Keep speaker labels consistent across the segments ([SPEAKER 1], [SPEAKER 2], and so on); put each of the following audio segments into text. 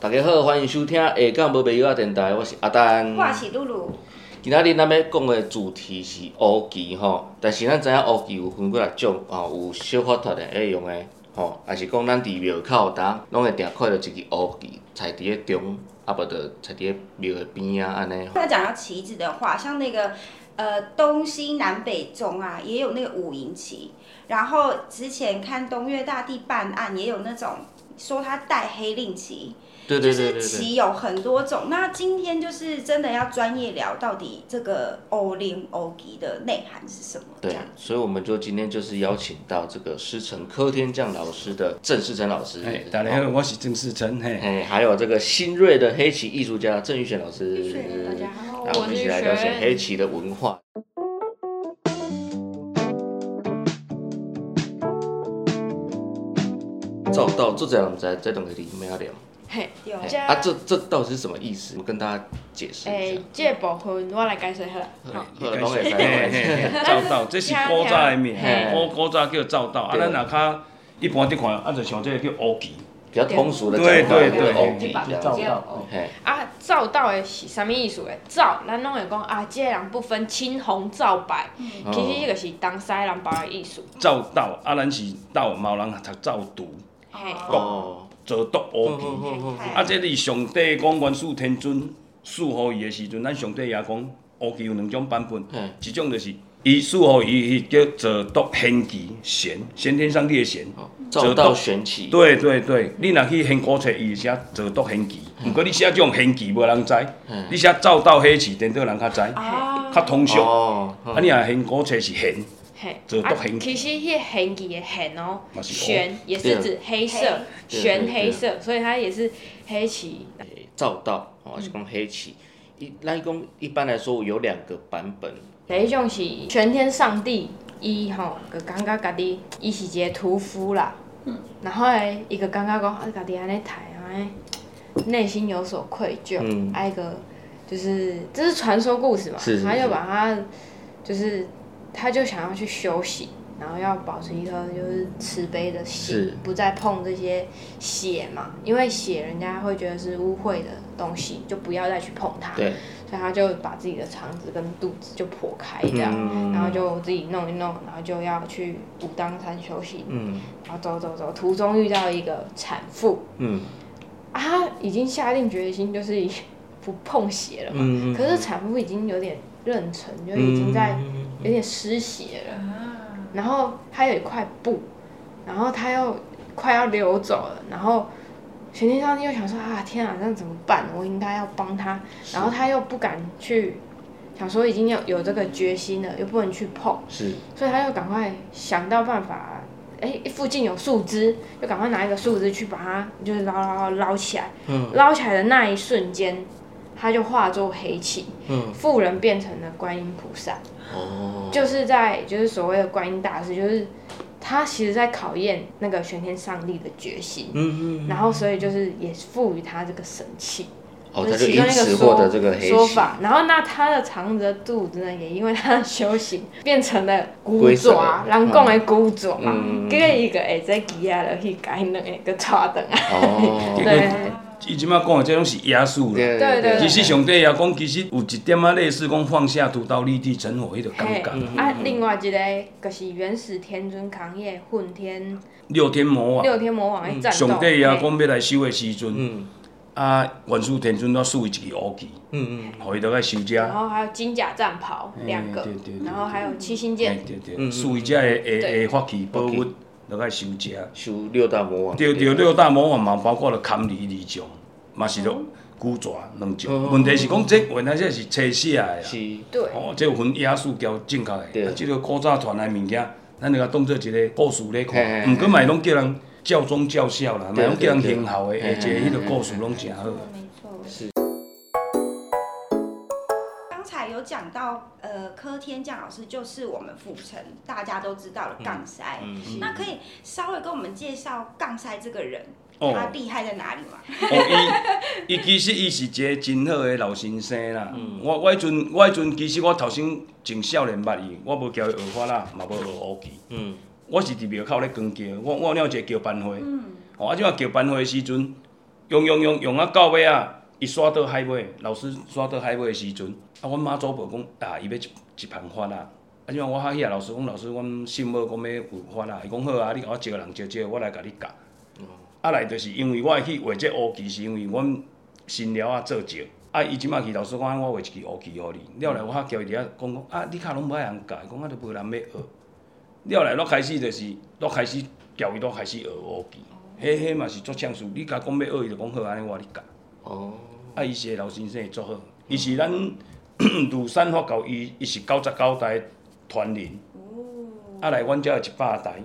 [SPEAKER 1] 大家好，欢迎收听下港无卖药啊电台，我是阿丹。
[SPEAKER 2] 我是露露，
[SPEAKER 1] 今仔日咱要讲的主题是乌棋吼，但是咱知影乌棋有分几啊种吼，有小发达的会用的吼，也是讲咱伫庙口呾拢会定看到一支乌棋，踩伫咧中，啊无着踩伫咧庙的边啊安尼。
[SPEAKER 2] 那讲到旗子的话，像那个呃东西南北中啊，也有那个五营旗。然后之前看东岳大帝办案，也有那种说他带黑令旗，
[SPEAKER 1] 对对对对
[SPEAKER 2] 就是
[SPEAKER 1] 对。
[SPEAKER 2] 旗有很多种。那今天就是真的要专业聊到底这个欧令欧吉的内涵是什么？这
[SPEAKER 1] 对
[SPEAKER 2] 样，
[SPEAKER 1] 所以我们就今天就是邀请到这个师承柯天将老师的郑世成老师，
[SPEAKER 3] 嘿，哎大家好，我是郑世成，嘿，
[SPEAKER 1] 哎，还有这个新锐的黑棋艺术家郑玉璇老师，
[SPEAKER 2] 玉璇大家好
[SPEAKER 1] 那我们一起来了解黑棋的文化。照到这样在这两个里面要聊，
[SPEAKER 4] 嘿，
[SPEAKER 2] 对
[SPEAKER 1] 嘿
[SPEAKER 4] 这
[SPEAKER 1] 啊，这这到底是什么意思？我跟大家解释一
[SPEAKER 4] 诶
[SPEAKER 1] 下。，
[SPEAKER 4] 哎
[SPEAKER 1] 哎
[SPEAKER 4] 这部分我来解释下啦。
[SPEAKER 3] 嗯
[SPEAKER 4] 吼，
[SPEAKER 1] 好拢会 知
[SPEAKER 3] 嘿
[SPEAKER 1] 嘿
[SPEAKER 3] 嘿嘿赵道，这是古早的名
[SPEAKER 1] 嘿，
[SPEAKER 3] 古古早叫赵道，啊，
[SPEAKER 1] 对
[SPEAKER 3] 咱若较一般伫看，啊，就像这个叫乌鸡，
[SPEAKER 1] 比较通俗的讲
[SPEAKER 3] 对
[SPEAKER 1] 法，
[SPEAKER 3] 对
[SPEAKER 1] 就是
[SPEAKER 3] 对
[SPEAKER 1] 欧
[SPEAKER 3] 对
[SPEAKER 1] 弟这样子。
[SPEAKER 5] 道
[SPEAKER 1] 哦嘿，
[SPEAKER 4] 啊，赵道的是啥物意思诶？赵，咱拢会讲啊，这个人不分青红皂白，
[SPEAKER 3] 嗯
[SPEAKER 4] 其
[SPEAKER 3] 哦
[SPEAKER 4] 实这个是东西南北的意思。
[SPEAKER 3] 赵道，啊，咱是道，毛人读赵毒，
[SPEAKER 4] 嘿，
[SPEAKER 1] 哦，
[SPEAKER 3] 做毒乌
[SPEAKER 1] 嗯
[SPEAKER 3] 鸡，
[SPEAKER 2] 太
[SPEAKER 3] 啊，这是上帝讲元始天尊赐予伊的时阵，咱上帝也讲乌鸡有两种版本
[SPEAKER 1] 嘿，
[SPEAKER 3] 一种就是伊赐予伊叫做毒仙鸡，玄，先天上帝的玄。
[SPEAKER 1] 照到玄棋，
[SPEAKER 3] 对对对，你若去现古册，伊会写做毒仙棋，
[SPEAKER 1] 嗯
[SPEAKER 3] 毋过你写种仙棋无人知，你写走到黑棋，颠倒人较知，
[SPEAKER 4] 啊，
[SPEAKER 3] 较通俗。
[SPEAKER 1] 哦，
[SPEAKER 3] 啊，你若现古册是现，
[SPEAKER 4] 嘿
[SPEAKER 3] 这，
[SPEAKER 4] 啊
[SPEAKER 3] 都很，
[SPEAKER 4] 其实迄个黑字的黑哦
[SPEAKER 3] 嘛，是黑
[SPEAKER 4] 玄也是指黑色，
[SPEAKER 1] 对
[SPEAKER 4] 玄
[SPEAKER 1] 对
[SPEAKER 4] 黑色，所以它也是黑棋。
[SPEAKER 1] 照到哦，
[SPEAKER 4] 嗯
[SPEAKER 1] 是讲黑棋。一，那讲一般来说有两个版本，
[SPEAKER 4] 第一种是全天上帝，伊吼就感觉家己伊是一个屠夫啦，
[SPEAKER 3] 嗯
[SPEAKER 4] 然后诶，伊就感觉讲啊，家己安尼抬安尼，内心有所愧疚，
[SPEAKER 1] 嗯
[SPEAKER 4] 啊一个就是这是传说故事嘛，
[SPEAKER 1] 是是
[SPEAKER 4] 他
[SPEAKER 1] 是
[SPEAKER 4] 就把他就是他就想要去休息。然后要保持一颗就是慈悲的
[SPEAKER 1] 是
[SPEAKER 4] 心，不再碰这些血嘛，因为血人家会觉得是污秽的东西，就不要再去碰它。
[SPEAKER 1] 对，
[SPEAKER 4] 所以他就把自己的肠子跟肚子就剖开这样，
[SPEAKER 1] 嗯
[SPEAKER 4] 然后就自己弄一弄，然后就要去武当山休息，
[SPEAKER 1] 嗯
[SPEAKER 4] 然后走走走，途中遇到一个产妇
[SPEAKER 1] 嗯
[SPEAKER 4] 啊，她已经下定决心就是 不碰血了嘛，
[SPEAKER 1] 嗯，
[SPEAKER 4] 可是产妇已经有点妊娠，就已经在
[SPEAKER 1] 嗯
[SPEAKER 4] 有点失血了，然后她有一块布，然后她又快要流走了，然后。玄天上帝又想说啊，天啊，那怎么办？我应该要帮她。然后他又不敢去，想说已经有有这个决心了，又不能去碰，
[SPEAKER 1] 是
[SPEAKER 4] 所以他就赶快想到办法。哎，附近有树枝，就赶快拿一个树枝去把它就是捞捞捞捞起来。
[SPEAKER 1] 嗯
[SPEAKER 4] 捞起来的那一瞬间，他就化作黑气，
[SPEAKER 1] 嗯
[SPEAKER 4] 妇人变成了观音菩萨，
[SPEAKER 1] 哦，
[SPEAKER 4] 就是在就是所谓的观音大师，就是他其实在考验那个玄天上帝的决心，
[SPEAKER 1] 嗯嗯，
[SPEAKER 4] 然后所以就是也赋予他这个神器。
[SPEAKER 1] 哦，
[SPEAKER 4] 就
[SPEAKER 1] 他
[SPEAKER 4] 是
[SPEAKER 1] 就
[SPEAKER 4] 其
[SPEAKER 1] 因
[SPEAKER 4] 中一个
[SPEAKER 1] 此
[SPEAKER 4] 说
[SPEAKER 1] 获得这个黑
[SPEAKER 4] 说
[SPEAKER 1] 棋，
[SPEAKER 4] 法，然后那他的肠子的肚子呢，也因为他的修 行变成了骨
[SPEAKER 1] 龟蛇
[SPEAKER 4] 爪，人讲的骨爪啊嘛
[SPEAKER 1] 嗯，
[SPEAKER 4] 这个伊个会在鸡啊落去改两个个抓等 啊，
[SPEAKER 1] 哦，
[SPEAKER 4] 对
[SPEAKER 3] 伊即摆讲的这种是耶稣啦。
[SPEAKER 4] 对
[SPEAKER 3] 其实上帝也讲，其实有一点仔类似讲放下屠刀立地成佛迄个
[SPEAKER 4] 嘿
[SPEAKER 3] 感
[SPEAKER 1] 嗯
[SPEAKER 3] 觉。，
[SPEAKER 4] 啊，另外一个就是元始天尊扛业混天
[SPEAKER 3] 六天魔王，
[SPEAKER 4] 六天魔王的战斗，
[SPEAKER 3] 嗯上帝啊也
[SPEAKER 4] 嘿
[SPEAKER 3] 讲要来收的时阵，
[SPEAKER 1] 嗯
[SPEAKER 3] 啊，元始天尊都赐伊一个乌鸡，
[SPEAKER 1] 嗯嗯，
[SPEAKER 3] 互伊落来收遮。
[SPEAKER 4] 然后还有金甲战袍两个
[SPEAKER 3] 嗯对对，对哎
[SPEAKER 4] 然后还有七星
[SPEAKER 3] 嘿
[SPEAKER 4] 剑，
[SPEAKER 3] 对
[SPEAKER 1] 嗯
[SPEAKER 3] 对，属于遮的的的法器宝物，落来收遮。
[SPEAKER 1] 修六大魔王，
[SPEAKER 3] 对对，六大魔王嘛，包括了堪离二将，嘛是着孤爪两
[SPEAKER 1] 哦
[SPEAKER 3] 将。问题是讲这原来这是车写的啦，
[SPEAKER 1] 是
[SPEAKER 4] 对，
[SPEAKER 3] 哦，这有分野史交正确
[SPEAKER 1] 对
[SPEAKER 3] 的。啊，即个古早传的物件，咱就甲当做一个故事咧
[SPEAKER 1] 嘿嘿
[SPEAKER 3] 看。
[SPEAKER 1] 嘿
[SPEAKER 3] 毋过嘛，拢叫人教宗教孝啦，嘛
[SPEAKER 1] 对
[SPEAKER 3] 拢叫人
[SPEAKER 1] 对对
[SPEAKER 3] 行孝的，
[SPEAKER 1] 嘿
[SPEAKER 3] 诶，
[SPEAKER 1] 嘿
[SPEAKER 3] 这迄个故事拢诚好。
[SPEAKER 2] 没错。
[SPEAKER 1] 是。
[SPEAKER 2] 刚才有讲到，呃，柯天将老师就是我们府城大家都知道的杠塞，那可以稍微跟我们介绍杠塞这个人，
[SPEAKER 3] 哦
[SPEAKER 2] 他厉害在哪里吗？
[SPEAKER 3] 哦，伊伊其实伊是一个真好的老先生啦。我我迄阵我迄阵其实我头先从少年捌伊，我无交伊学法啦，嘛无学乌棋。
[SPEAKER 1] 嗯
[SPEAKER 3] 我是伫庙口咧光桥，我我了一个桥班会。哦，啊，即个桥班会的时阵，用用用用啊到尾啊，伊刷到海尾，老师刷到海尾的时阵，啊，阮妈祖婆讲啊，伊要一一盘发啊。啊，即我遐遐老师讲，老师，阮信某讲要有发啊，伊讲好啊，你甲我招人招招，我来甲你教。啊，来就是因为我会去画这乌旗，是因为阮新了啊做石。啊，伊即摆去老师讲，我画一支乌旗互你。了来我较交伊伫遐讲讲，啊，你较拢无爱人教，伊讲啊，都无人要学。了来，我开始就是，我开始交伊，我开始学乌旗。迄迄嘛是足呛事，你甲讲要学，伊就讲好，安尼我甲你教。
[SPEAKER 1] 哦，
[SPEAKER 3] 啊，伊是个老先生会做好，伊是咱 庐山佛教，伊伊是九十九代传人，
[SPEAKER 4] 哦
[SPEAKER 3] 啊来阮遮有一百代，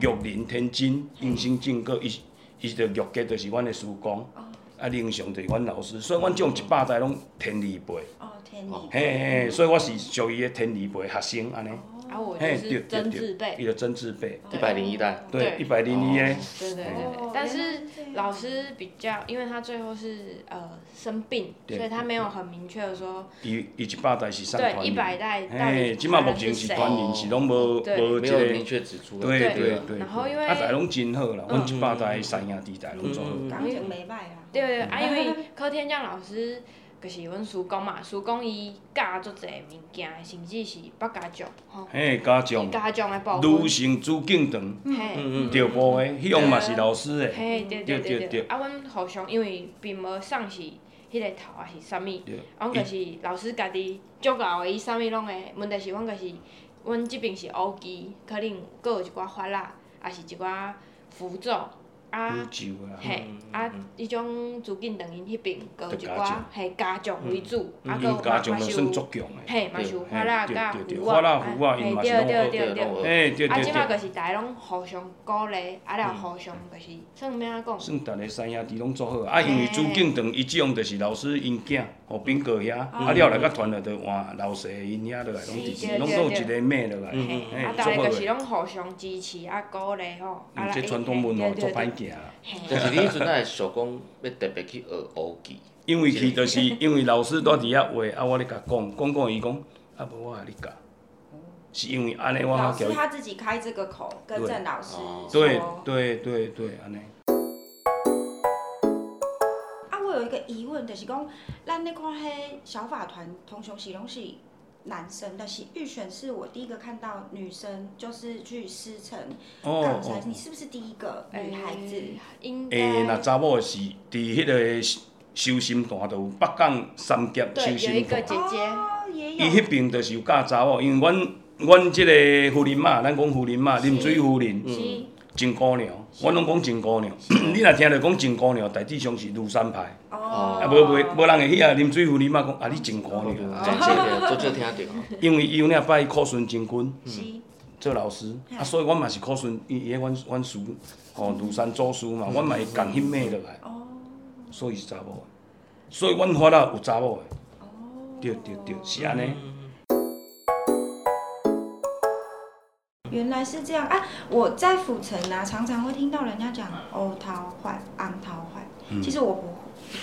[SPEAKER 3] 玉林天津应生正果，伊伊着玉家就是阮的师公，
[SPEAKER 4] 哦
[SPEAKER 3] 啊林雄就是阮老师，所以阮种一百代拢天理辈，
[SPEAKER 2] 哦，天理，
[SPEAKER 3] 嘿嘿，嘿所以我是属于个天理辈学生安尼，
[SPEAKER 4] 啊，我就
[SPEAKER 3] 嘿对
[SPEAKER 4] 是
[SPEAKER 3] 对
[SPEAKER 4] 真自
[SPEAKER 3] 对，伊
[SPEAKER 4] 备，
[SPEAKER 3] 着真自备，
[SPEAKER 1] 一百零一代，
[SPEAKER 3] 对
[SPEAKER 4] 哦
[SPEAKER 3] 一
[SPEAKER 4] 对
[SPEAKER 3] 百零一个，
[SPEAKER 4] 对对对
[SPEAKER 2] 哦
[SPEAKER 4] 对。
[SPEAKER 2] 原
[SPEAKER 4] 但
[SPEAKER 2] 来
[SPEAKER 4] 是
[SPEAKER 2] 是这样
[SPEAKER 4] 老师比较，因为他最后是呃生病，
[SPEAKER 3] 对
[SPEAKER 4] 所以他没有很明确的说，
[SPEAKER 3] 伊伊一百代是上
[SPEAKER 4] 对
[SPEAKER 3] 传
[SPEAKER 4] 一百
[SPEAKER 3] 人，
[SPEAKER 4] 代到
[SPEAKER 3] 嘿，
[SPEAKER 4] 底
[SPEAKER 3] 即马
[SPEAKER 4] 传
[SPEAKER 3] 目
[SPEAKER 4] 人
[SPEAKER 3] 前是
[SPEAKER 4] 谁
[SPEAKER 3] 传人是拢无
[SPEAKER 4] 对
[SPEAKER 3] 无
[SPEAKER 1] 没
[SPEAKER 3] 即
[SPEAKER 1] 有
[SPEAKER 3] 个
[SPEAKER 1] 明。确指出来。
[SPEAKER 3] 对
[SPEAKER 4] 对
[SPEAKER 3] 对
[SPEAKER 1] 啊
[SPEAKER 3] 对，
[SPEAKER 4] 然后因为嗯
[SPEAKER 3] 啊，大家拢真好啦，阮一百代三兄弟大拢做好，
[SPEAKER 2] 刚就没卖啦。
[SPEAKER 4] 对对，啊，因为柯天将老师就是阮叔公嘛，叔公伊教足侪物件，甚至是北家将吼，
[SPEAKER 3] 嘿，家长
[SPEAKER 4] 伊嗯家将的部
[SPEAKER 3] 女
[SPEAKER 4] 分，
[SPEAKER 3] 性主敬堂
[SPEAKER 4] 嘿，
[SPEAKER 1] 嗯嗯
[SPEAKER 3] 着步的，迄样嘛是老师的，
[SPEAKER 4] 嘿，对对
[SPEAKER 3] 对
[SPEAKER 4] 对
[SPEAKER 3] 对
[SPEAKER 4] 对，啊，阮互相因为并无上是迄个头啊是啥物，
[SPEAKER 3] 对
[SPEAKER 4] 啊，阮就是老师家己足够的，伊啥物拢会，问题是阮就是阮即边是乌鸡，可能佫有一寡法啦，啊是一寡符咒啊。
[SPEAKER 3] 宇宙啦，
[SPEAKER 4] 嘿，啊，迄种主进等因迄边有
[SPEAKER 3] 嗯就
[SPEAKER 4] 一
[SPEAKER 3] 家
[SPEAKER 4] 寡
[SPEAKER 3] 长
[SPEAKER 4] 嘿家长为主，啊，
[SPEAKER 3] 因
[SPEAKER 4] 佮
[SPEAKER 3] 嗯家
[SPEAKER 4] 嘛
[SPEAKER 3] 长
[SPEAKER 4] 嘛
[SPEAKER 3] 就是算
[SPEAKER 4] 有
[SPEAKER 3] 足强的，
[SPEAKER 4] 嘿，嘛是有
[SPEAKER 3] 嘿
[SPEAKER 4] 花啦、
[SPEAKER 3] 对
[SPEAKER 4] 甲
[SPEAKER 3] 对对
[SPEAKER 4] 胡
[SPEAKER 3] 花啦
[SPEAKER 4] 啊
[SPEAKER 3] 胡啊
[SPEAKER 4] 嘿
[SPEAKER 3] 因嘛是
[SPEAKER 4] 对
[SPEAKER 3] 拢
[SPEAKER 4] 对
[SPEAKER 3] 学
[SPEAKER 4] 对
[SPEAKER 1] 对拢学
[SPEAKER 4] 对。
[SPEAKER 3] 嘿，对
[SPEAKER 4] 啊，
[SPEAKER 3] 对嗯
[SPEAKER 4] 即摆
[SPEAKER 3] 对，
[SPEAKER 4] 就是大家拢互相鼓励，啊了互相就是算咩啊讲，
[SPEAKER 3] 算逐个三兄弟拢做好，啊，因为主敬堂伊即样就是老师因囝，互炳哥遐，啊了来甲传落，着换老师的因遐落来，拢伫
[SPEAKER 4] 哦是
[SPEAKER 3] 是，
[SPEAKER 4] 对
[SPEAKER 3] 拢
[SPEAKER 4] 对
[SPEAKER 3] 都有
[SPEAKER 4] 对
[SPEAKER 3] 一个妹落来，
[SPEAKER 4] 嘿，啊
[SPEAKER 3] 嘿，
[SPEAKER 4] 大
[SPEAKER 3] 做
[SPEAKER 4] 家
[SPEAKER 3] 好
[SPEAKER 4] 就是
[SPEAKER 3] 的，
[SPEAKER 4] 拢互相支持啊鼓励吼，啊
[SPEAKER 3] 嗯，
[SPEAKER 4] 啦
[SPEAKER 3] 这传统文化足歹，行啦。啊
[SPEAKER 4] 嘿
[SPEAKER 1] 但
[SPEAKER 4] 对对对
[SPEAKER 1] 是你迄阵咱会想讲要特别去学乌技，
[SPEAKER 3] 因为去就是因为老师在伫遐画，啊，我咧甲讲，讲讲伊讲，啊，无我甲你教，是因为安尼我
[SPEAKER 2] 老
[SPEAKER 3] 较
[SPEAKER 2] 师
[SPEAKER 3] 伊。
[SPEAKER 2] 他自己开这个口，跟郑老师说。
[SPEAKER 3] 对对对对，安尼。
[SPEAKER 2] 啊，我有一个疑问，就是讲，咱那看黑小法团同雄喜龙是男生，但是预选是我第一个看到女生，就是去师承
[SPEAKER 3] 哦
[SPEAKER 2] 港才，你
[SPEAKER 3] 哦。
[SPEAKER 2] 是不是第一个
[SPEAKER 4] 哎
[SPEAKER 2] 女孩子？
[SPEAKER 4] 应
[SPEAKER 3] 诶，若
[SPEAKER 4] 该
[SPEAKER 3] 查某是伫迄个修心坛，就有北港三峡
[SPEAKER 4] 对
[SPEAKER 3] 修
[SPEAKER 4] 有一
[SPEAKER 3] 心
[SPEAKER 4] 个
[SPEAKER 3] 坛。
[SPEAKER 4] 姐姐，
[SPEAKER 2] 哦，也
[SPEAKER 3] 伊
[SPEAKER 2] 有
[SPEAKER 3] 迄边就是有教查某，因为阮阮即个夫人嘛，咱讲夫人嘛，啉水夫人，
[SPEAKER 4] 是
[SPEAKER 3] 真姑娘，阮拢讲真姑娘。 你若听着讲真姑娘，大致上是庐山派，
[SPEAKER 2] 哦，
[SPEAKER 3] 啊，无无无人会去啊，啉水夫人嘛讲啊，你真姑娘。
[SPEAKER 4] 哦
[SPEAKER 1] 真少着，足少听 着。
[SPEAKER 3] 因为伊有领拜考孙真君
[SPEAKER 2] 是
[SPEAKER 3] 做老师，啊，所以我嘛是考孙，伊伊迄阮阮师吼庐山祖师
[SPEAKER 4] 嗯
[SPEAKER 3] 嘛，我嘛会共迄妹落来，
[SPEAKER 2] 哦
[SPEAKER 3] 所以是查某的，所以阮发啦有查某的，
[SPEAKER 2] 哦
[SPEAKER 3] 对对对，是安尼。
[SPEAKER 2] 原来是这样啊！我在府城啊，常常会听到人家讲欧桃坏、昂桃坏，其实我不，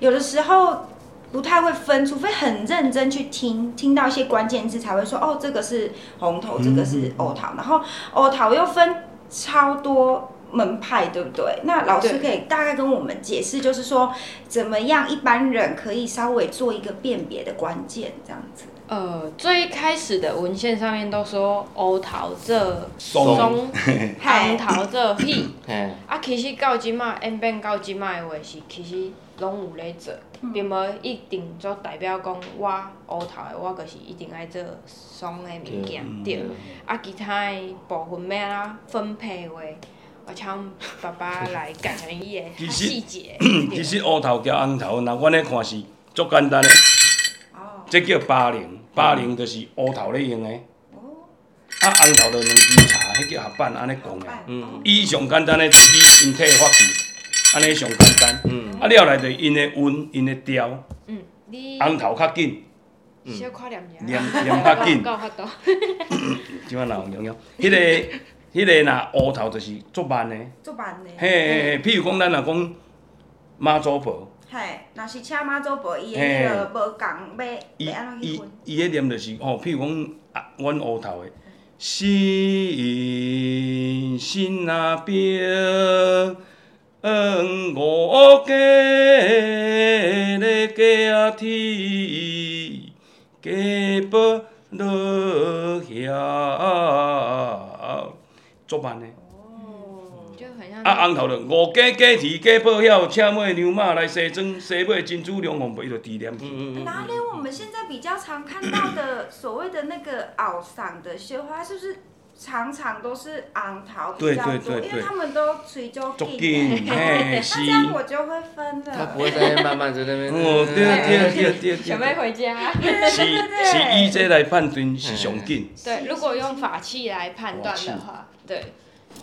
[SPEAKER 2] 有的时候不太会分，除非很认真去听，听到一些关键字才会说哦，这个是红头，这个是欧桃，然后欧桃又分超多。门派对不对？那老师
[SPEAKER 4] 对
[SPEAKER 2] 可以大概跟我们解释，就是说怎么样一般人可以稍微做一个辨别的关键，这样子。
[SPEAKER 4] 呃，最一开始的文献上面都说欧桃这
[SPEAKER 3] 松
[SPEAKER 4] 松，
[SPEAKER 2] 嗨
[SPEAKER 4] 红桃这屁。
[SPEAKER 1] 嘿，
[SPEAKER 4] 啊，其实到即马演变到即马的话是，其实拢有咧做，并无一定做代表讲我乌头的，我就是一定爱做爽的物件，对。啊，其他的部分要安怎分配的话，我请爸爸来讲讲伊的较
[SPEAKER 3] 其实
[SPEAKER 4] 细节。
[SPEAKER 3] 其
[SPEAKER 4] 对
[SPEAKER 3] 实乌头交红头，若阮咧看是足简单诶，
[SPEAKER 2] 哦
[SPEAKER 3] 这叫八零，八零就是乌头咧用诶，
[SPEAKER 2] 哦，
[SPEAKER 3] 啊红头就两支茶，迄叫合板安尼
[SPEAKER 2] 好哦
[SPEAKER 3] 讲诶。
[SPEAKER 2] 办
[SPEAKER 1] 嗯
[SPEAKER 3] 伊上简单诶，就是你身体的发气，安尼上简单。
[SPEAKER 1] 嗯
[SPEAKER 3] 啊了来就因诶韵，因诶调，
[SPEAKER 4] 嗯，你
[SPEAKER 3] 红头较紧。
[SPEAKER 4] 小看念一下，
[SPEAKER 3] 念念较紧
[SPEAKER 4] 够够度。
[SPEAKER 3] 即摆哪有用用？迄、个、迄个若乌头就是足慢的。
[SPEAKER 2] 做班呢？
[SPEAKER 3] 嘿嘿嘿，譬如讲，咱若讲妈祖婆，
[SPEAKER 2] 嘿，若是请妈祖婆，伊的迄个无共，要
[SPEAKER 3] 伊
[SPEAKER 2] 要安怎去
[SPEAKER 3] 伊嗯
[SPEAKER 2] 分？
[SPEAKER 3] 伊迄念就是吼、譬如讲，啊，阮乌头的，心心那边嗯，五家咧家天，家宝落晓，作慢的。
[SPEAKER 2] 哦，
[SPEAKER 4] 就很像
[SPEAKER 3] 啊，红头就五家家啼家报晓，请买牛马来西装，西尾珍珠龙凤杯就低点去。
[SPEAKER 1] 嗯嗯嗯
[SPEAKER 2] 哪里？我们现在比较常看到的 所谓的那个熬嗓的绣花，是不是常常都是昂桃比较
[SPEAKER 3] 对对
[SPEAKER 2] 多？
[SPEAKER 3] 对
[SPEAKER 2] 因为他们都垂就
[SPEAKER 3] 足
[SPEAKER 2] 近
[SPEAKER 3] 紧，
[SPEAKER 2] 的。
[SPEAKER 3] 嘿，
[SPEAKER 2] 那
[SPEAKER 3] 是。
[SPEAKER 2] 这样我就会分了。
[SPEAKER 1] 他不会在那边慢慢在那边。
[SPEAKER 3] 哦，对对对对对。
[SPEAKER 4] 准备回家。
[SPEAKER 3] 是是以这来判断是上紧，
[SPEAKER 4] 对，如果用法器来判断的话，对，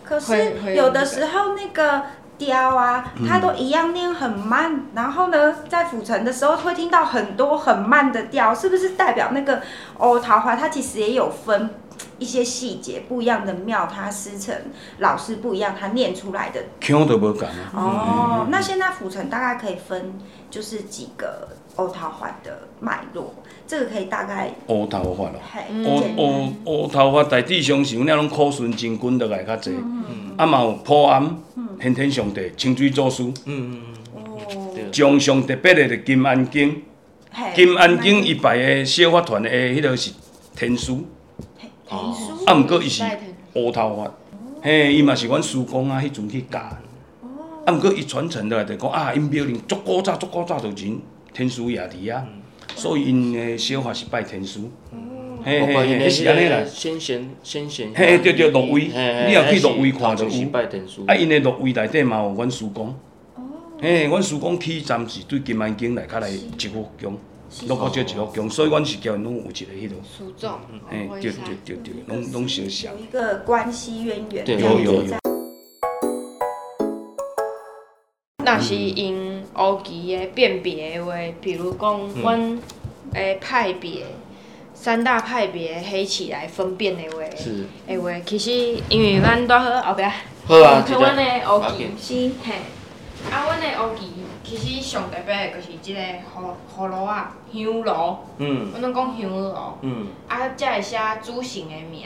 [SPEAKER 2] 可
[SPEAKER 4] 会会
[SPEAKER 2] 是
[SPEAKER 4] 有
[SPEAKER 2] 有的
[SPEAKER 4] 那个嗯
[SPEAKER 2] 时候那个雕啊，它都一样念很慢，然后呢，在辅成的时候会听到很多很慢的调，是不是代表那个欧桃花它其实也有分一些细节不一样的庙，它师承老师不一样，它念出来的
[SPEAKER 1] 嗯
[SPEAKER 3] 腔都无共啊。
[SPEAKER 4] 嗯
[SPEAKER 2] 哦。那现在辅成大概可以分就是几个欧桃花的脉络，这个可以大概
[SPEAKER 3] 乌头发咯，
[SPEAKER 2] 嘿
[SPEAKER 4] 嗯
[SPEAKER 3] 乌
[SPEAKER 2] 简单
[SPEAKER 3] 乌乌头发大致上是有那种苦顺真君落来较济，啊嘛有普安、先天上帝、清水祖师、
[SPEAKER 1] 嗯嗯
[SPEAKER 2] 哦，
[SPEAKER 1] 对
[SPEAKER 3] 将上特别的就金安经，
[SPEAKER 2] 嘿
[SPEAKER 3] 金安经伊排的小法团的迄个是天书，
[SPEAKER 2] 嘿
[SPEAKER 1] 哦
[SPEAKER 2] 田书
[SPEAKER 3] 啊毋过伊是
[SPEAKER 4] 代天
[SPEAKER 3] 乌头发，嘿，伊嘛是阮师公啊迄阵去教的，啊毋过伊传承落来就讲啊，因庙里足古早足古早就真天书也伫啊，所以因的小法是拜天书，嘿
[SPEAKER 1] 嗯，
[SPEAKER 3] 嘿
[SPEAKER 1] 包括因
[SPEAKER 3] 嘿，
[SPEAKER 1] 的
[SPEAKER 3] 哦是安尼啦。
[SPEAKER 1] 先贤先贤，
[SPEAKER 3] 嘿对对陆威
[SPEAKER 1] 嘿嘿
[SPEAKER 3] 你若去
[SPEAKER 1] 那是
[SPEAKER 3] 陆威看就有
[SPEAKER 1] 头前是拜天书，
[SPEAKER 3] 啊，因的录位内底嘛有阮师公，嘿，阮师公起站是对金安经来较来一副宫，拢各少一副宫，所以阮是交因拢有一个迄落，
[SPEAKER 4] 苏仲，
[SPEAKER 3] 嗯嘿，对对对对，拢拢相像
[SPEAKER 2] 有。一个关系渊源，
[SPEAKER 1] 对
[SPEAKER 2] 这样
[SPEAKER 3] 有有
[SPEAKER 2] 子
[SPEAKER 3] 有
[SPEAKER 2] 在
[SPEAKER 4] 若是因乌旗的辨别的话，比如讲，
[SPEAKER 3] 嗯
[SPEAKER 4] 阮的派别三大派别黑起来分辨的话，
[SPEAKER 1] 是，
[SPEAKER 4] 的话，其实因为咱拄好后壁，
[SPEAKER 1] 好啊，
[SPEAKER 4] 看阮的乌
[SPEAKER 1] 紧。
[SPEAKER 4] 旗
[SPEAKER 2] 是
[SPEAKER 4] 嘿，啊，阮的乌旗其实上特别的就是即个葫葫芦啊、香炉，
[SPEAKER 1] 嗯
[SPEAKER 4] 阮拢讲香炉，啊，
[SPEAKER 1] 嗯
[SPEAKER 4] 才会写主神的名，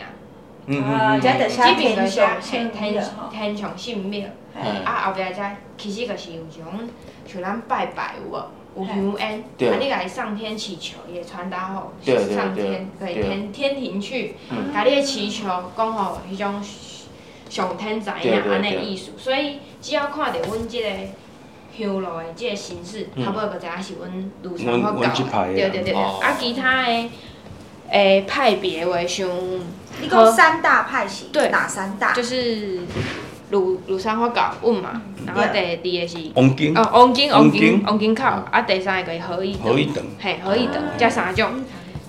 [SPEAKER 1] 嗯嗯
[SPEAKER 2] 啊
[SPEAKER 1] 嗯，
[SPEAKER 2] 这样就写
[SPEAKER 4] 边就写
[SPEAKER 2] 天上圣
[SPEAKER 4] 嘿天
[SPEAKER 2] 庙吼
[SPEAKER 4] 天上圣庙，
[SPEAKER 1] 嘿
[SPEAKER 4] 啊后壁才其实就是有种像咱拜拜有无？有
[SPEAKER 2] 嘿
[SPEAKER 4] 香烟，
[SPEAKER 1] 对
[SPEAKER 4] 啊你甲伊上天祈求，也传达好
[SPEAKER 1] 对对
[SPEAKER 4] 上
[SPEAKER 1] 对
[SPEAKER 4] 天，可以
[SPEAKER 1] 对
[SPEAKER 4] 天天庭去
[SPEAKER 1] 嗯，
[SPEAKER 4] 甲你的祈求讲吼迄种上天知影
[SPEAKER 1] 对对
[SPEAKER 4] 安尼
[SPEAKER 1] 对
[SPEAKER 4] 意思，所以只要看着阮即个。香炉的即个形式，
[SPEAKER 1] 嗯
[SPEAKER 4] 差不多就知影是阮庐
[SPEAKER 3] 阮
[SPEAKER 4] 山佛
[SPEAKER 3] 阮这
[SPEAKER 4] 教
[SPEAKER 3] 派的
[SPEAKER 4] 的，对对对对。
[SPEAKER 1] 哦
[SPEAKER 4] 啊，其他的诶派别话，像
[SPEAKER 2] 一共三大派系，
[SPEAKER 4] 对
[SPEAKER 2] 哪三大？
[SPEAKER 4] 就是庐庐山花甲阮嘛，然后第二个是
[SPEAKER 3] 王经
[SPEAKER 4] 哦王金王
[SPEAKER 3] 王
[SPEAKER 4] 金
[SPEAKER 3] 金
[SPEAKER 4] 王金口，啊第三个是合一
[SPEAKER 3] 何
[SPEAKER 4] 堂，
[SPEAKER 3] 一等，
[SPEAKER 4] 嘿合一堂，加三种，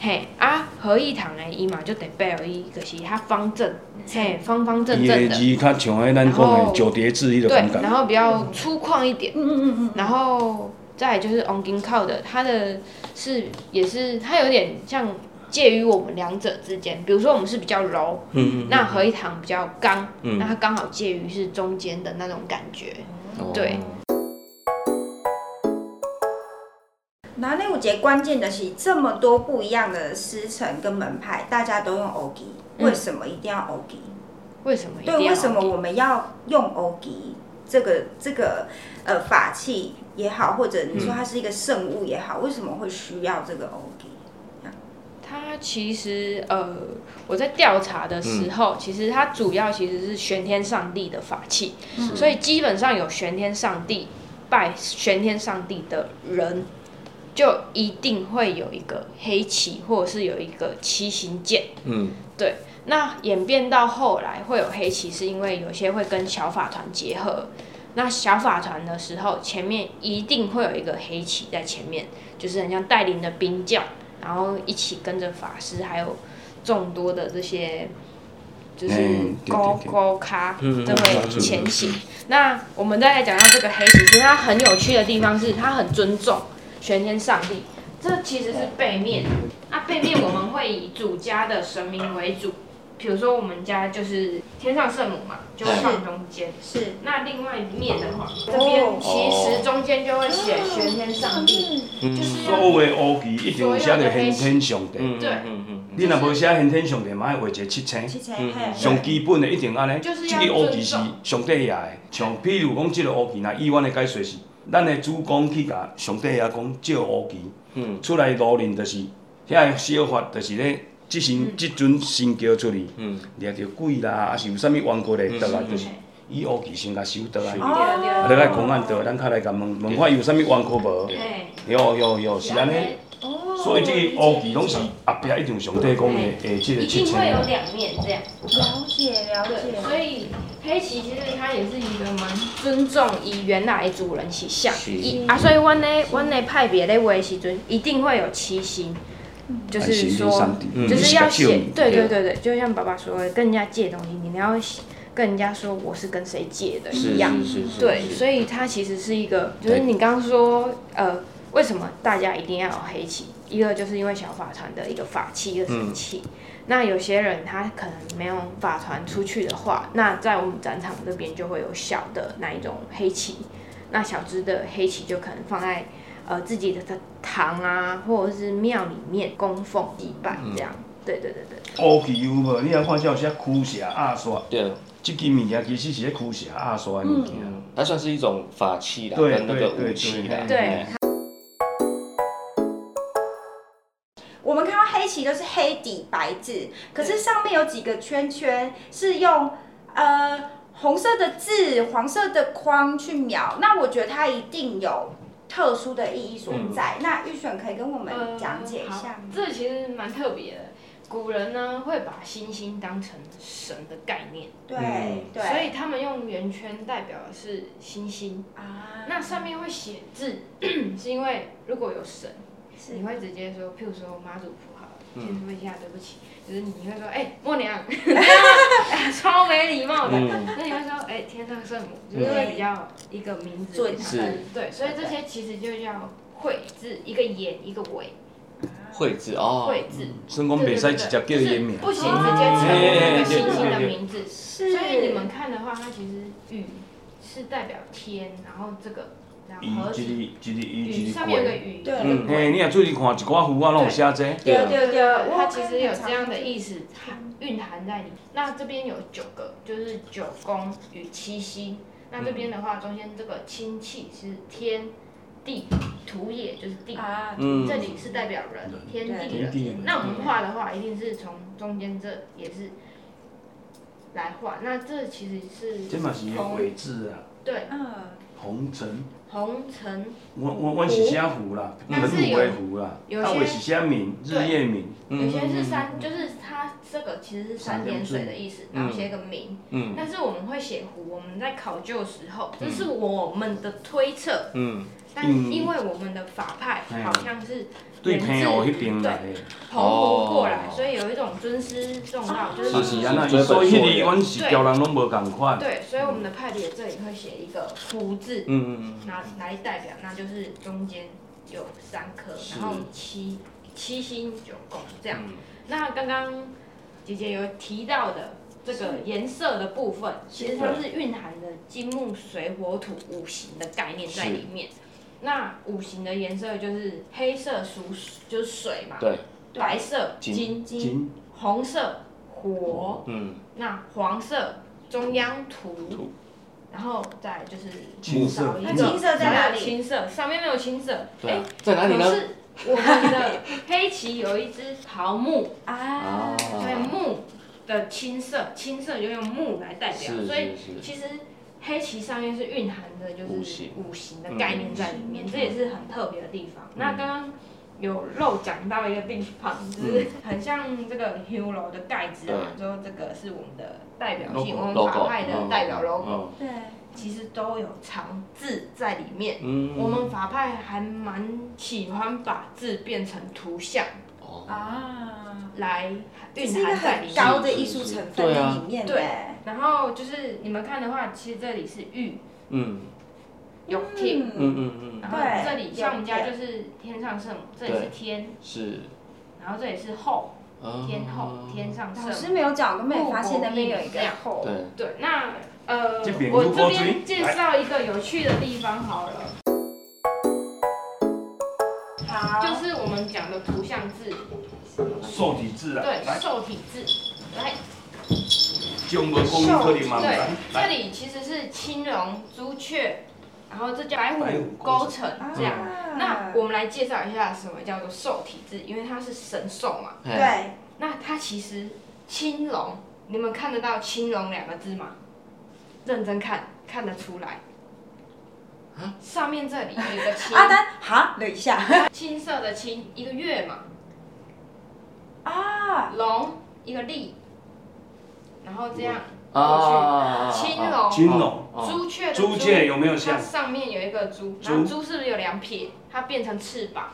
[SPEAKER 4] 嘿啊合一堂的伊嘛就特别有伊就是它方正，嘿方方正
[SPEAKER 3] 伊
[SPEAKER 4] 正
[SPEAKER 3] 的
[SPEAKER 4] 的，
[SPEAKER 3] 字较像迄咱讲的九叠字迄落
[SPEAKER 4] 对
[SPEAKER 3] 感，觉，
[SPEAKER 4] 然后比较粗犷一点，
[SPEAKER 2] 嗯嗯嗯嗯，
[SPEAKER 4] 然后再来就是王金口的，它的是也是它有点像介于我们两者之间，比如说我们是比较柔，
[SPEAKER 1] 嗯
[SPEAKER 4] 那合一堂比较刚，
[SPEAKER 1] 嗯
[SPEAKER 4] 那它刚好介于是中间的那种感觉。
[SPEAKER 1] 哦
[SPEAKER 4] 对
[SPEAKER 2] 然后那五节关键的是这么多不一样的师承跟门派，大家都用欧吉，
[SPEAKER 4] 嗯
[SPEAKER 2] 为什么一定要欧吉？
[SPEAKER 4] 为什么一定
[SPEAKER 2] 对，
[SPEAKER 4] 要？
[SPEAKER 2] 为什么我们要用欧吉这个这个呃法器也好，或者你说它是一个圣物也
[SPEAKER 4] 嗯
[SPEAKER 2] 好，为什么会需要这个欧吉？
[SPEAKER 4] 它其实呃，我在调查的时候，其实它主要其实是玄天上帝的法器，所以基本上有玄天上帝拜玄天上帝的人，就一定会有一个黑旗，或者是有一个七星剑。
[SPEAKER 1] 嗯
[SPEAKER 4] 那演变到后来会有黑旗，是因为有些会跟小法团结合。那小法团的时候，前面一定会有一个黑旗在前面，就是很像带领的兵将，然后一起跟着法师，还有众多的这些就是
[SPEAKER 3] 嗯对对
[SPEAKER 4] 高
[SPEAKER 3] 对
[SPEAKER 4] 高咖
[SPEAKER 1] 嗯
[SPEAKER 4] 都会前行。那我们再来讲到这个黑旗，其实它很有趣的地方是，它很尊重玄天上帝。这其实是背面，那、背面我们会以主家的神明为主，比如说我们家就是天上圣母嘛，就
[SPEAKER 3] 哎
[SPEAKER 4] 会放中间。
[SPEAKER 2] 是
[SPEAKER 4] 那另外一面的话，这边其实中间就会写玄天上帝，
[SPEAKER 1] 嗯
[SPEAKER 4] 就是
[SPEAKER 3] 所有的乌旗一定有写着先天上帝，
[SPEAKER 1] 嗯
[SPEAKER 4] 对
[SPEAKER 1] 嗯嗯
[SPEAKER 3] 你若无写先天上帝，嘛爱画一个七星。
[SPEAKER 2] 七千
[SPEAKER 1] 嗯
[SPEAKER 2] 嘿，
[SPEAKER 3] 上基本的一定安尼，
[SPEAKER 4] 就是
[SPEAKER 3] 这
[SPEAKER 4] 要
[SPEAKER 3] 个乌旗是
[SPEAKER 4] 尊重
[SPEAKER 3] 上帝爷的。像比如讲，即个乌旗，若以阮的解说是，咱的主公去甲上帝爷讲借乌旗，
[SPEAKER 1] 嗯
[SPEAKER 3] 出来路人就是遐小法，就是咧即身即阵新桥出去，
[SPEAKER 1] 嗯，
[SPEAKER 3] 掠着鬼啦，啊是有啥物冤过咧，倒来
[SPEAKER 1] 嗯
[SPEAKER 3] 就是以乌旗先甲收倒来，
[SPEAKER 1] 收
[SPEAKER 3] 啊，
[SPEAKER 2] 哦
[SPEAKER 4] 对
[SPEAKER 3] 落来公安倒，咱较来甲问问看伊有啥物冤过无？
[SPEAKER 4] 嘿，
[SPEAKER 3] 有有有，是安尼。
[SPEAKER 4] 哦
[SPEAKER 3] 所以即个乌旗拢是后壁一定上帝讲的诶，即个
[SPEAKER 5] 一
[SPEAKER 3] 七
[SPEAKER 5] 定会
[SPEAKER 3] 千啊
[SPEAKER 5] 有。两面这样。
[SPEAKER 2] 了解了
[SPEAKER 4] 对，
[SPEAKER 2] 解。
[SPEAKER 4] 所以黑旗其实它也是一个蛮尊重伊原来的主人是像
[SPEAKER 1] 是
[SPEAKER 4] 伊啊，所以阮咧阮咧派别咧画的时阵，一定会有七星，
[SPEAKER 3] 啊哎
[SPEAKER 4] 就是说
[SPEAKER 1] 嗯
[SPEAKER 4] 就是要写，对
[SPEAKER 1] 对
[SPEAKER 4] 对对对，就像爸爸说的，跟人家借东西，你要写跟人家说我是跟谁借的
[SPEAKER 1] 是
[SPEAKER 4] 一样，
[SPEAKER 1] 是是是，
[SPEAKER 4] 对，
[SPEAKER 1] 是
[SPEAKER 4] 所以它其实是一个，就是你刚刚说，呃，为什么大家一定要有黑旗？一个就是因为小法团的一个法器，一个
[SPEAKER 1] 嗯
[SPEAKER 4] 神器。那有些人他可能没有法团出去的话，那在我们展场这边就会有小的那一种黑旗，那小只的黑旗就可能放在呃自己的堂啊，或者是庙里面供奉祭拜
[SPEAKER 1] 嗯
[SPEAKER 4] 这样。对对对对。
[SPEAKER 3] 乌旗有无？你若看有些啊驱邪压煞，
[SPEAKER 1] 对，
[SPEAKER 3] 即支物件其实是咧驱邪压煞的物件。
[SPEAKER 1] 嗯，它算是一种法器啦，
[SPEAKER 3] 对
[SPEAKER 1] 跟那个
[SPEAKER 3] 对对
[SPEAKER 1] 武器啦，
[SPEAKER 4] 对
[SPEAKER 1] 嘿
[SPEAKER 2] 我们看到黑棋都是黑底白字，可是上面有几个圈圈是用呃红色的字、黄色的框去描，那我觉得它一定有特殊的意义所在。那玉璇可以跟我们讲解一
[SPEAKER 4] 呃
[SPEAKER 2] 下
[SPEAKER 4] 嗯好。这其实蛮特别的。古人呢会把星星当成神的概念，
[SPEAKER 2] 对、
[SPEAKER 1] 嗯
[SPEAKER 2] 对，
[SPEAKER 4] 所以他们用圆圈代表的是星星。
[SPEAKER 2] 啊
[SPEAKER 4] 那上面会写字， 是因为如果有神，
[SPEAKER 2] 是
[SPEAKER 4] 你会直接说，譬如说妈祖谱好了，
[SPEAKER 1] 嗯
[SPEAKER 4] 先说一下对不起，就是你会说，哎、默娘， 超没礼貌的。
[SPEAKER 1] 嗯
[SPEAKER 4] 那你会说，哎、天上圣母，就是会比较一个名字
[SPEAKER 2] 准
[SPEAKER 1] 是
[SPEAKER 4] 对，所以这些其实就叫会字，一个言，一个尾，
[SPEAKER 1] 绘制哦，
[SPEAKER 4] 会字。
[SPEAKER 3] 算讲袂使直接叫伊的名
[SPEAKER 4] 就是。不行直接称呼那个星星的名字。所
[SPEAKER 2] 是
[SPEAKER 4] 以你们看的话，它其实雨是代表天，然后这个然
[SPEAKER 3] 伊
[SPEAKER 4] 后合
[SPEAKER 3] 一
[SPEAKER 4] 体，
[SPEAKER 3] 个一个伊
[SPEAKER 4] 雨
[SPEAKER 3] 一个
[SPEAKER 4] 上面有个
[SPEAKER 3] 鬼。
[SPEAKER 4] 雨，
[SPEAKER 2] 对
[SPEAKER 1] 嗯
[SPEAKER 3] 嘿，你若注意看，一寡符啊拢有写这。
[SPEAKER 1] 对
[SPEAKER 2] 对
[SPEAKER 1] 啊
[SPEAKER 2] 对对，
[SPEAKER 4] 它其实有这样的意思含蕴含在里。那这边有九个，就是九宫与七星。那这边的话，中间这个清气是天地土也，就是地。
[SPEAKER 2] 啊，
[SPEAKER 1] 嗯
[SPEAKER 4] 这里是代表人，天地
[SPEAKER 3] 天
[SPEAKER 4] 人。
[SPEAKER 3] 地
[SPEAKER 4] 那我们画的话，一定是从中间这也是来画。那这其实
[SPEAKER 3] 这
[SPEAKER 4] 是
[SPEAKER 3] 嘛是鬼字啊，
[SPEAKER 4] 对
[SPEAKER 2] 嗯，
[SPEAKER 3] 红尘。
[SPEAKER 4] 红尘，
[SPEAKER 3] 我我我是写符啦，本土的符啦。啊，我是写闽，日夜闽。
[SPEAKER 1] 嗯
[SPEAKER 4] 有些是三，就是它这个其实是三点水的意思，
[SPEAKER 1] 嗯
[SPEAKER 4] 然后写个明。
[SPEAKER 1] 嗯
[SPEAKER 4] 但是我们会写胡，我们在考究的时候，这是我们的推测，
[SPEAKER 1] 嗯，
[SPEAKER 4] 但因为我们的法派
[SPEAKER 3] 嗯
[SPEAKER 4] 好像是
[SPEAKER 3] 对
[SPEAKER 4] 源自
[SPEAKER 3] 平湖迄边来的。
[SPEAKER 4] 澎湖过来，所以有一种尊师重道，就是是
[SPEAKER 1] 是
[SPEAKER 3] 是安那，所以迄个阮是交人拢无共款。
[SPEAKER 4] 对，所以我们的派别这里会写一个胡字，
[SPEAKER 1] 嗯嗯
[SPEAKER 4] 拿来代表，那就是中间有三颗，
[SPEAKER 1] 是
[SPEAKER 4] 然后七七星九宫这样。
[SPEAKER 1] 嗯
[SPEAKER 4] 那刚刚姐姐有提到的这个颜色的部分，其实它是蕴含着金木水火土五行的概念在里面。那五行的颜色就是黑色属就是水嘛，
[SPEAKER 1] 对，
[SPEAKER 4] 白色
[SPEAKER 1] 金
[SPEAKER 4] 金，
[SPEAKER 3] 金
[SPEAKER 4] 红色火，
[SPEAKER 1] 嗯
[SPEAKER 4] 那黄色中央土，
[SPEAKER 1] 土
[SPEAKER 4] 然后再来就是
[SPEAKER 3] 青
[SPEAKER 4] 少
[SPEAKER 3] 色
[SPEAKER 4] 一。
[SPEAKER 2] 那
[SPEAKER 4] 个
[SPEAKER 2] 青色在哪里？
[SPEAKER 4] 青色上面没有青色，
[SPEAKER 1] 对啊
[SPEAKER 4] 诶，
[SPEAKER 1] 在哪里
[SPEAKER 4] 可
[SPEAKER 1] 呢？
[SPEAKER 4] 哎是我们的黑棋有一只桃木，
[SPEAKER 2] 啊
[SPEAKER 1] 啊，
[SPEAKER 4] 所以木的青色，青色就用木来代表，
[SPEAKER 1] 是
[SPEAKER 4] 所以
[SPEAKER 1] 是是，
[SPEAKER 4] 其实黑棋上面是蕴含着就
[SPEAKER 1] 五
[SPEAKER 4] 是
[SPEAKER 1] 行嗯
[SPEAKER 4] 五行的概念在里面，这也是很特别的地方。那刚刚。有漏讲到一个地方，就是
[SPEAKER 1] 嗯
[SPEAKER 4] 很像这个 Hero 的盖子啊，说这个是我们的代表性，我们
[SPEAKER 1] logo，
[SPEAKER 4] 法派的代表 logo，
[SPEAKER 1] 嗯
[SPEAKER 2] 对，
[SPEAKER 4] 其实都有藏字在里面。
[SPEAKER 1] 嗯，
[SPEAKER 4] 我们法派还蛮喜欢把字变成图像
[SPEAKER 1] 哦，
[SPEAKER 2] 啊，
[SPEAKER 4] 来
[SPEAKER 2] 这是一
[SPEAKER 4] 蕴
[SPEAKER 2] 个
[SPEAKER 4] 含在
[SPEAKER 2] 很
[SPEAKER 4] 里面。
[SPEAKER 2] 高的艺术成分在里面
[SPEAKER 4] 对
[SPEAKER 2] 耶
[SPEAKER 4] 然后就是你们看的话，其实这里是玉
[SPEAKER 1] 嗯
[SPEAKER 4] 有天，
[SPEAKER 1] 嗯嗯嗯，
[SPEAKER 4] 然后
[SPEAKER 2] 对
[SPEAKER 4] 这里像我们家就是天上圣母，这里是天，
[SPEAKER 1] 是，
[SPEAKER 4] 然后这里是后
[SPEAKER 3] 哦
[SPEAKER 1] 啊
[SPEAKER 4] 天后天上圣
[SPEAKER 2] 老师
[SPEAKER 4] 母。
[SPEAKER 2] 没有讲，我都没发现那边有一个后。
[SPEAKER 1] 对，
[SPEAKER 4] 对，那呃，
[SPEAKER 3] 这边
[SPEAKER 4] 我
[SPEAKER 3] 如
[SPEAKER 4] 这
[SPEAKER 3] 果
[SPEAKER 4] 边
[SPEAKER 3] 追
[SPEAKER 4] 介
[SPEAKER 3] 来
[SPEAKER 4] 绍一个有趣的地方好了，
[SPEAKER 2] 好，
[SPEAKER 4] 就是我们讲的图像字，
[SPEAKER 3] 受体字啦，
[SPEAKER 4] 对，
[SPEAKER 3] 来，
[SPEAKER 4] 受体字，来，
[SPEAKER 3] 中国公可能嘛有
[SPEAKER 4] 对
[SPEAKER 3] 来，，
[SPEAKER 4] 这
[SPEAKER 3] 来，
[SPEAKER 4] 里其实是青龙、朱雀，然后这叫白
[SPEAKER 3] 白
[SPEAKER 4] 虎
[SPEAKER 3] 虎
[SPEAKER 4] 勾
[SPEAKER 3] 勾
[SPEAKER 4] 陈
[SPEAKER 2] 啊
[SPEAKER 4] 这样。那我们来介绍一下什么叫做受体字，因为它是神兽嘛。
[SPEAKER 1] 嘿，啊
[SPEAKER 2] 对
[SPEAKER 4] 那它其实青龙，你们看得到青龙两个字吗？认真看，看得出来。
[SPEAKER 2] 啊
[SPEAKER 4] 上面这里有一 个青，
[SPEAKER 2] 阿丹啊哈了一下
[SPEAKER 4] 青色的青，一个月嘛，
[SPEAKER 2] 啊，
[SPEAKER 4] 龙一个立，然后这样，
[SPEAKER 1] 啊，
[SPEAKER 4] 青
[SPEAKER 1] 啊，
[SPEAKER 4] 龙，
[SPEAKER 3] 青龙、
[SPEAKER 4] 朱雀的
[SPEAKER 3] 哦朱雀有没有
[SPEAKER 4] 它
[SPEAKER 3] 像
[SPEAKER 4] 上面有一个猪，
[SPEAKER 3] 猪
[SPEAKER 4] 然后猪是不是有两撇？它变成翅膀。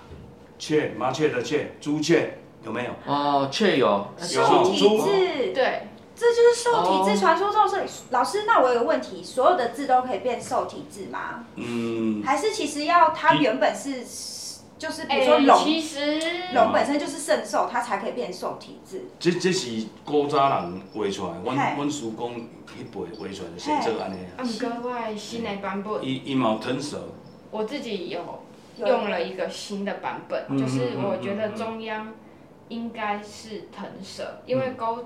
[SPEAKER 3] 雀、麻雀的雀、朱雀有没有？
[SPEAKER 1] 哦，确有，
[SPEAKER 4] 啊
[SPEAKER 2] 受体
[SPEAKER 3] 猪
[SPEAKER 2] 字，
[SPEAKER 4] 对，
[SPEAKER 2] 这就是受体
[SPEAKER 4] 哦
[SPEAKER 2] 字传说中的是。老师，那我有个问题，所有的字都可以变受体字吗？
[SPEAKER 3] 嗯，
[SPEAKER 2] 还是其实要它原本是就是比如说
[SPEAKER 4] 哎
[SPEAKER 2] 龙
[SPEAKER 4] 其实
[SPEAKER 2] 龙本身就是圣兽，它才可以变受体字？
[SPEAKER 3] 这这是古早人画出来，
[SPEAKER 2] 嘿
[SPEAKER 3] 阮阮叔公迄辈画出来就是做安尼啊。
[SPEAKER 4] 嗯，格外新的版本，
[SPEAKER 3] 伊伊嘛有腾蛇，
[SPEAKER 4] 我自己有
[SPEAKER 2] 有
[SPEAKER 4] 用了一个新的版本，
[SPEAKER 3] 嗯
[SPEAKER 4] 就是我觉
[SPEAKER 3] 嗯
[SPEAKER 4] 得
[SPEAKER 3] 嗯嗯
[SPEAKER 4] 中央应该是腾蛇，因为勾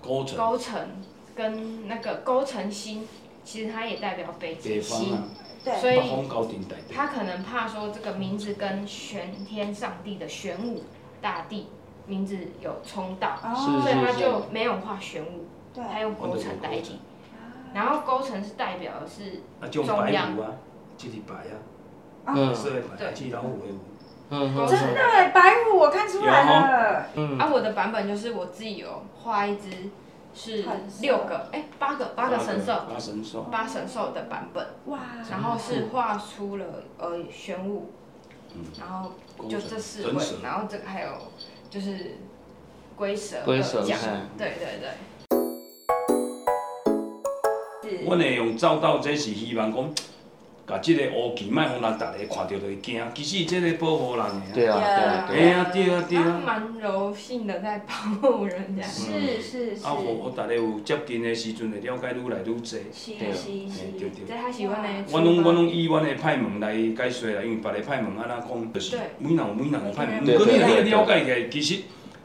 [SPEAKER 3] 古城
[SPEAKER 4] 勾陈跟那个勾陈星，其实它也代表北
[SPEAKER 3] 地
[SPEAKER 4] 极
[SPEAKER 3] 方
[SPEAKER 4] 星，
[SPEAKER 3] 啊，
[SPEAKER 2] 对
[SPEAKER 4] 所
[SPEAKER 3] 北
[SPEAKER 4] 以
[SPEAKER 3] 方高顶台北。
[SPEAKER 4] 他可能怕说这个名字跟玄天上帝的玄武大帝名字有冲到，
[SPEAKER 2] 哦
[SPEAKER 4] 所以他
[SPEAKER 1] 是
[SPEAKER 4] 就没有画玄武，
[SPEAKER 2] 对
[SPEAKER 4] 他用勾陈代
[SPEAKER 3] 哦
[SPEAKER 4] 替。然后勾陈是代表的是
[SPEAKER 3] 啊，种白虎啊，这里白啊，
[SPEAKER 1] 嗯
[SPEAKER 3] 色的白，
[SPEAKER 4] 对
[SPEAKER 3] 这啊老虎的虎。
[SPEAKER 1] 嗯嗯，
[SPEAKER 2] 真的哎，白虎我看出来了，
[SPEAKER 1] 嗯，
[SPEAKER 4] 啊，我的版本就是我自己有画一只是
[SPEAKER 2] 很色
[SPEAKER 4] 六个哎八个八个神兽
[SPEAKER 3] 八神兽。
[SPEAKER 4] 八神兽的版本，
[SPEAKER 2] 哇！
[SPEAKER 4] 然后是画出了呃玄武，然后就这四
[SPEAKER 3] 腾
[SPEAKER 4] 位
[SPEAKER 3] 蛇，
[SPEAKER 4] 然后这个还有就是龟蛇
[SPEAKER 1] 龟
[SPEAKER 4] 二
[SPEAKER 1] 蛇
[SPEAKER 4] 将
[SPEAKER 1] 嘿，
[SPEAKER 4] 对对对。
[SPEAKER 2] 是
[SPEAKER 3] 阮会嗯用走到这是希望讲，甲即个乌旗莫互人逐个看到就会惊。其实即个保护人的啊。
[SPEAKER 1] 对啊，对啊，
[SPEAKER 3] 哎
[SPEAKER 1] 对啊，
[SPEAKER 3] 呀，对啊，对
[SPEAKER 4] 他
[SPEAKER 3] 啊。
[SPEAKER 4] 蛮柔性的在保护人家。
[SPEAKER 2] 是是是
[SPEAKER 3] 啊，互互逐个有接近的时阵，会了解愈来愈多。
[SPEAKER 1] 对
[SPEAKER 2] 是
[SPEAKER 1] 啊
[SPEAKER 2] 是
[SPEAKER 3] 嘿，
[SPEAKER 2] 是
[SPEAKER 3] 对对。
[SPEAKER 4] 在他喜欢的，
[SPEAKER 3] 我拢我拢以阮的派门来解说啦，因为别个派门安啊那讲，就是
[SPEAKER 4] 对
[SPEAKER 3] 每人有每人的派门。
[SPEAKER 1] 对
[SPEAKER 3] 不过你
[SPEAKER 1] 对
[SPEAKER 3] 若
[SPEAKER 1] 对
[SPEAKER 3] 去了解起来，其实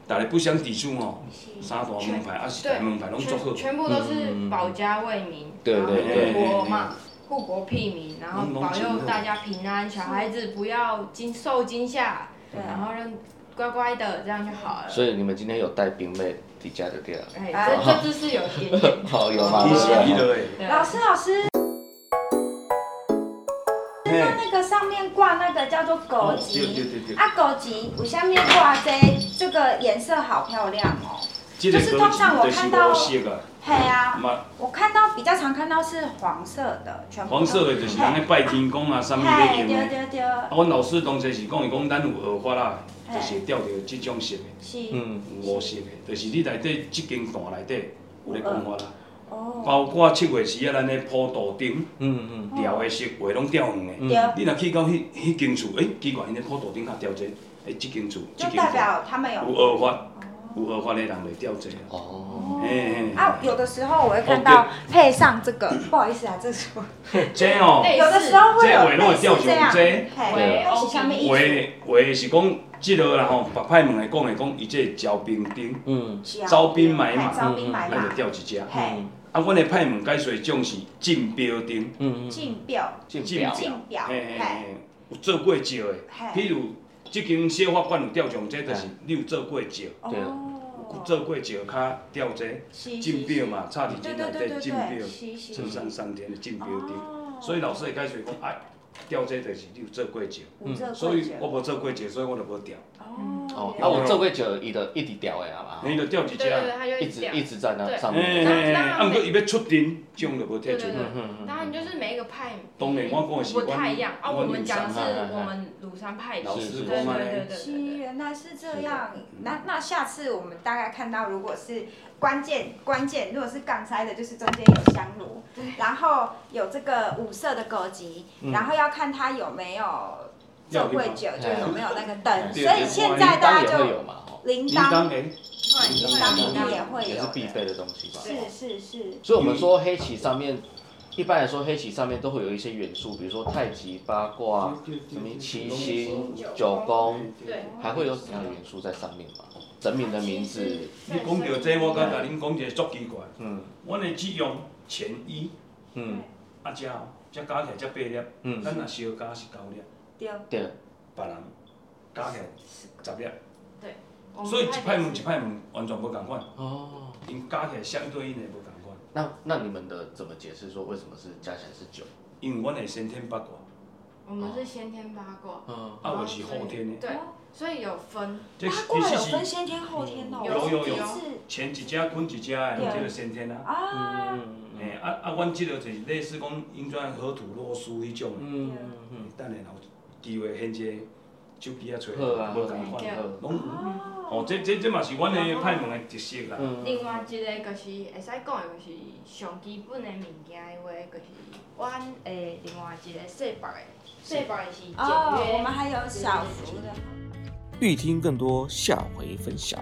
[SPEAKER 3] 逐个不相抵触吼，
[SPEAKER 2] 是
[SPEAKER 3] 三大门派啊是大
[SPEAKER 4] 对
[SPEAKER 3] 门派拢做好
[SPEAKER 4] 全。全部都是保家卫民，
[SPEAKER 1] 对
[SPEAKER 4] 然后
[SPEAKER 1] 对
[SPEAKER 3] 对
[SPEAKER 4] 护国嘛，护国庇民，然后保佑大家平安，小孩子不要经受惊吓，
[SPEAKER 2] 对
[SPEAKER 4] 然后让乖乖的，这样就好了。
[SPEAKER 1] 啊所以你们今天有带冰妹底家的对了，
[SPEAKER 4] 哎，
[SPEAKER 2] 啊
[SPEAKER 4] 这这只是有一点点。
[SPEAKER 1] 好有吗？啊
[SPEAKER 3] 其实伊
[SPEAKER 1] 有
[SPEAKER 3] 就会。
[SPEAKER 4] 对
[SPEAKER 2] 老师老师，
[SPEAKER 3] 嘿
[SPEAKER 2] 那那个上面挂那个叫做枸
[SPEAKER 3] 哦对对对
[SPEAKER 2] 杞，
[SPEAKER 3] 对
[SPEAKER 2] 啊枸杞，我下面挂这这个颜色好漂亮哦。
[SPEAKER 3] 这个
[SPEAKER 2] 就是通常我看到
[SPEAKER 3] 就是五色啊，
[SPEAKER 2] 嘿啊，
[SPEAKER 3] 嘛
[SPEAKER 2] 我看到比较常看到是黄色的，全部都
[SPEAKER 3] 黄色的就是人咧拜天公啊，啥物咧
[SPEAKER 2] 嘿，
[SPEAKER 3] 用
[SPEAKER 2] 对
[SPEAKER 3] 的。
[SPEAKER 2] 对对，
[SPEAKER 3] 啊，阮老师当时是讲，伊讲咱有荷花啦，
[SPEAKER 2] 嘿
[SPEAKER 3] 就是会钓着即种色的，
[SPEAKER 2] 是
[SPEAKER 1] 嗯，
[SPEAKER 3] 有五色的，就是你内底即间段内底有咧讲法啦，
[SPEAKER 2] 哦，
[SPEAKER 3] 包括七月时啊，咱咧普渡顶
[SPEAKER 1] 嗯嗯，
[SPEAKER 3] 钓的色话拢钓黄的。
[SPEAKER 2] 对，
[SPEAKER 3] 你若去到迄迄间厝，诶，奇怪，因咧普渡顶较钓这，诶，即间厝，即
[SPEAKER 2] 就
[SPEAKER 3] 间
[SPEAKER 2] 代
[SPEAKER 3] 厝
[SPEAKER 2] 表他们
[SPEAKER 3] 有
[SPEAKER 2] 有
[SPEAKER 3] 荷花，有荷花的人来钓这啦。
[SPEAKER 1] 哦，
[SPEAKER 3] 嘿嘿嘿
[SPEAKER 2] 啊，有的时候我会看到配上这个，不好意思啊，这是我
[SPEAKER 3] 这哦，
[SPEAKER 4] 类似
[SPEAKER 2] 有的时候会有
[SPEAKER 3] 这
[SPEAKER 2] 类
[SPEAKER 3] 尾落
[SPEAKER 2] 似
[SPEAKER 3] 钓上
[SPEAKER 2] 这样，
[SPEAKER 3] 这
[SPEAKER 2] 嘿，它是下面一
[SPEAKER 3] 话
[SPEAKER 2] 组
[SPEAKER 3] 话是讲，即落啦吼，白哦派门来讲来讲，伊这招兵顶，
[SPEAKER 1] 嗯
[SPEAKER 3] 招兵买马
[SPEAKER 2] 嘿招兵买
[SPEAKER 3] 咱
[SPEAKER 2] 马
[SPEAKER 3] 就，钓一只。啊，
[SPEAKER 2] 嘿，
[SPEAKER 3] 阮的派门解说种是进标顶，
[SPEAKER 1] 嗯嗯，
[SPEAKER 2] 竞标，
[SPEAKER 1] 进
[SPEAKER 3] 进标
[SPEAKER 2] 竞标
[SPEAKER 3] 嘿嘿
[SPEAKER 2] 嘿哎
[SPEAKER 3] 嘿，有做过石的，
[SPEAKER 2] 嘿
[SPEAKER 3] 譬如即间小法馆有钓上这，就是你有做过石，
[SPEAKER 1] 对啊
[SPEAKER 3] 有
[SPEAKER 2] 哎哦，
[SPEAKER 3] 做过石卡钓这
[SPEAKER 2] 是
[SPEAKER 3] 进标，嘛，插伫
[SPEAKER 2] 是
[SPEAKER 3] 这
[SPEAKER 2] 是对对
[SPEAKER 3] 内
[SPEAKER 2] 对
[SPEAKER 3] 底
[SPEAKER 2] 对
[SPEAKER 3] 进标
[SPEAKER 2] 对，，是是
[SPEAKER 3] 这上上天的进标顶。
[SPEAKER 2] 哦
[SPEAKER 3] 所以老师会解说讲，哎，钓这就是你有做过石，
[SPEAKER 2] 有这个
[SPEAKER 3] 所以我
[SPEAKER 2] 过
[SPEAKER 3] 无做过石，所以我就无钓，
[SPEAKER 1] 哦
[SPEAKER 2] 哦，，
[SPEAKER 1] 啊，
[SPEAKER 2] 原
[SPEAKER 1] 我
[SPEAKER 2] 来
[SPEAKER 1] 做过就伊就一直钓的
[SPEAKER 2] 哦
[SPEAKER 1] 啊
[SPEAKER 3] 你
[SPEAKER 1] 嘛，
[SPEAKER 3] 就钓一
[SPEAKER 4] 对对
[SPEAKER 3] 只。
[SPEAKER 4] 对，他就
[SPEAKER 1] 一
[SPEAKER 4] 一直
[SPEAKER 1] 直
[SPEAKER 4] 这样
[SPEAKER 1] 一。直在那上
[SPEAKER 3] 哎，
[SPEAKER 1] 面，
[SPEAKER 3] 哎哎啊，毋过伊要出阵，种就无退
[SPEAKER 4] 对
[SPEAKER 3] 出
[SPEAKER 4] 对。对，
[SPEAKER 1] 嗯
[SPEAKER 4] 当然就是每一个派
[SPEAKER 3] 当然我讲的是
[SPEAKER 4] 不太一样啊。
[SPEAKER 3] 我
[SPEAKER 4] 我们讲的是
[SPEAKER 1] 我们
[SPEAKER 4] 我们鲁山派
[SPEAKER 3] 老
[SPEAKER 4] 系
[SPEAKER 1] 师
[SPEAKER 4] 对
[SPEAKER 1] 讲
[SPEAKER 4] 对
[SPEAKER 3] 的
[SPEAKER 4] 对对对对
[SPEAKER 2] 是，原来是这样。那那下次我们大概看到，如果是关键关键，如果是杠塞的，就是中间有香炉，然后有这个五色的枸杞，然后要看它有没有做
[SPEAKER 3] 要有
[SPEAKER 2] 贵酒，就
[SPEAKER 1] 哎
[SPEAKER 2] 有没有那个灯。
[SPEAKER 1] 对
[SPEAKER 2] 所以
[SPEAKER 1] 对
[SPEAKER 2] 现
[SPEAKER 1] 铃
[SPEAKER 2] 在大
[SPEAKER 1] 铛也
[SPEAKER 2] 家
[SPEAKER 1] 会
[SPEAKER 2] 就
[SPEAKER 1] 有嘛，哦吼，
[SPEAKER 2] 铃
[SPEAKER 3] 应
[SPEAKER 2] 铛
[SPEAKER 3] 当诶，
[SPEAKER 4] 对，
[SPEAKER 2] 铃铛一定也会
[SPEAKER 1] 也
[SPEAKER 2] 有
[SPEAKER 1] 是
[SPEAKER 2] 的，
[SPEAKER 1] 必备的东西吧。
[SPEAKER 2] 是是是，
[SPEAKER 1] 所以我们说黑棋上面，一般来说黑棋上面都会有一些元素，比如说太极、八卦、什么七星、九宫，
[SPEAKER 4] 对
[SPEAKER 1] 还会有什么样的元素在上面吗？人民的名字，
[SPEAKER 3] 你讲到这，我甲甲恁讲一个足奇怪，
[SPEAKER 1] 嗯
[SPEAKER 3] 阮的只用前一
[SPEAKER 1] 嗯
[SPEAKER 3] 啊遮哦，遮加起来才八粒，
[SPEAKER 1] 嗯，
[SPEAKER 3] 咱若小加是九粒，
[SPEAKER 2] 对，
[SPEAKER 1] 对，
[SPEAKER 3] 别人加起来十粒，
[SPEAKER 4] 我们
[SPEAKER 3] 所以一
[SPEAKER 4] 太
[SPEAKER 3] 派问一派问完全无共款，
[SPEAKER 1] 哦，
[SPEAKER 3] 因加起来相对应的无共款，
[SPEAKER 1] 那那你们的怎么解释说为什么是加起来是九？
[SPEAKER 3] 因为阮的先天八卦，
[SPEAKER 4] 我们是先天八卦，
[SPEAKER 1] 嗯
[SPEAKER 3] 啊我是后天的，
[SPEAKER 4] 对，所以哦有分
[SPEAKER 3] 这
[SPEAKER 2] 八
[SPEAKER 3] 是
[SPEAKER 2] 卦
[SPEAKER 3] 其
[SPEAKER 2] 有
[SPEAKER 3] 实
[SPEAKER 2] 分
[SPEAKER 3] 是
[SPEAKER 2] 先天后天哦，
[SPEAKER 4] 有有
[SPEAKER 2] 我是第
[SPEAKER 4] 有
[SPEAKER 2] 一次
[SPEAKER 3] 前一只滚一只的，
[SPEAKER 2] 对
[SPEAKER 3] 这个先天啊，
[SPEAKER 2] 啊，
[SPEAKER 1] 嗯
[SPEAKER 3] 诶啊啊，阮即个就是类似讲因跩河土落书迄种的，
[SPEAKER 1] 嗯嗯，
[SPEAKER 3] 等下若有机会现这个手机啊找
[SPEAKER 1] 好啊，
[SPEAKER 3] 无共款，
[SPEAKER 1] 好，
[SPEAKER 3] 拢有。哦，这这这嘛是阮的派门的特色
[SPEAKER 1] 嗯
[SPEAKER 3] 啦。
[SPEAKER 4] 另外一个就是会使讲的，就是上基本的物件的话，就是阮诶另外一个细胞的，细胞的是简约。
[SPEAKER 2] 哦哦，我们还有小幅的。
[SPEAKER 6] 欲听更多，下回分晓。